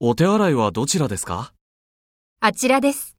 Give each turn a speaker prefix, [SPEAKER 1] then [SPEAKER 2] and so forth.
[SPEAKER 1] お手洗いはどちらですか
[SPEAKER 2] あちらです。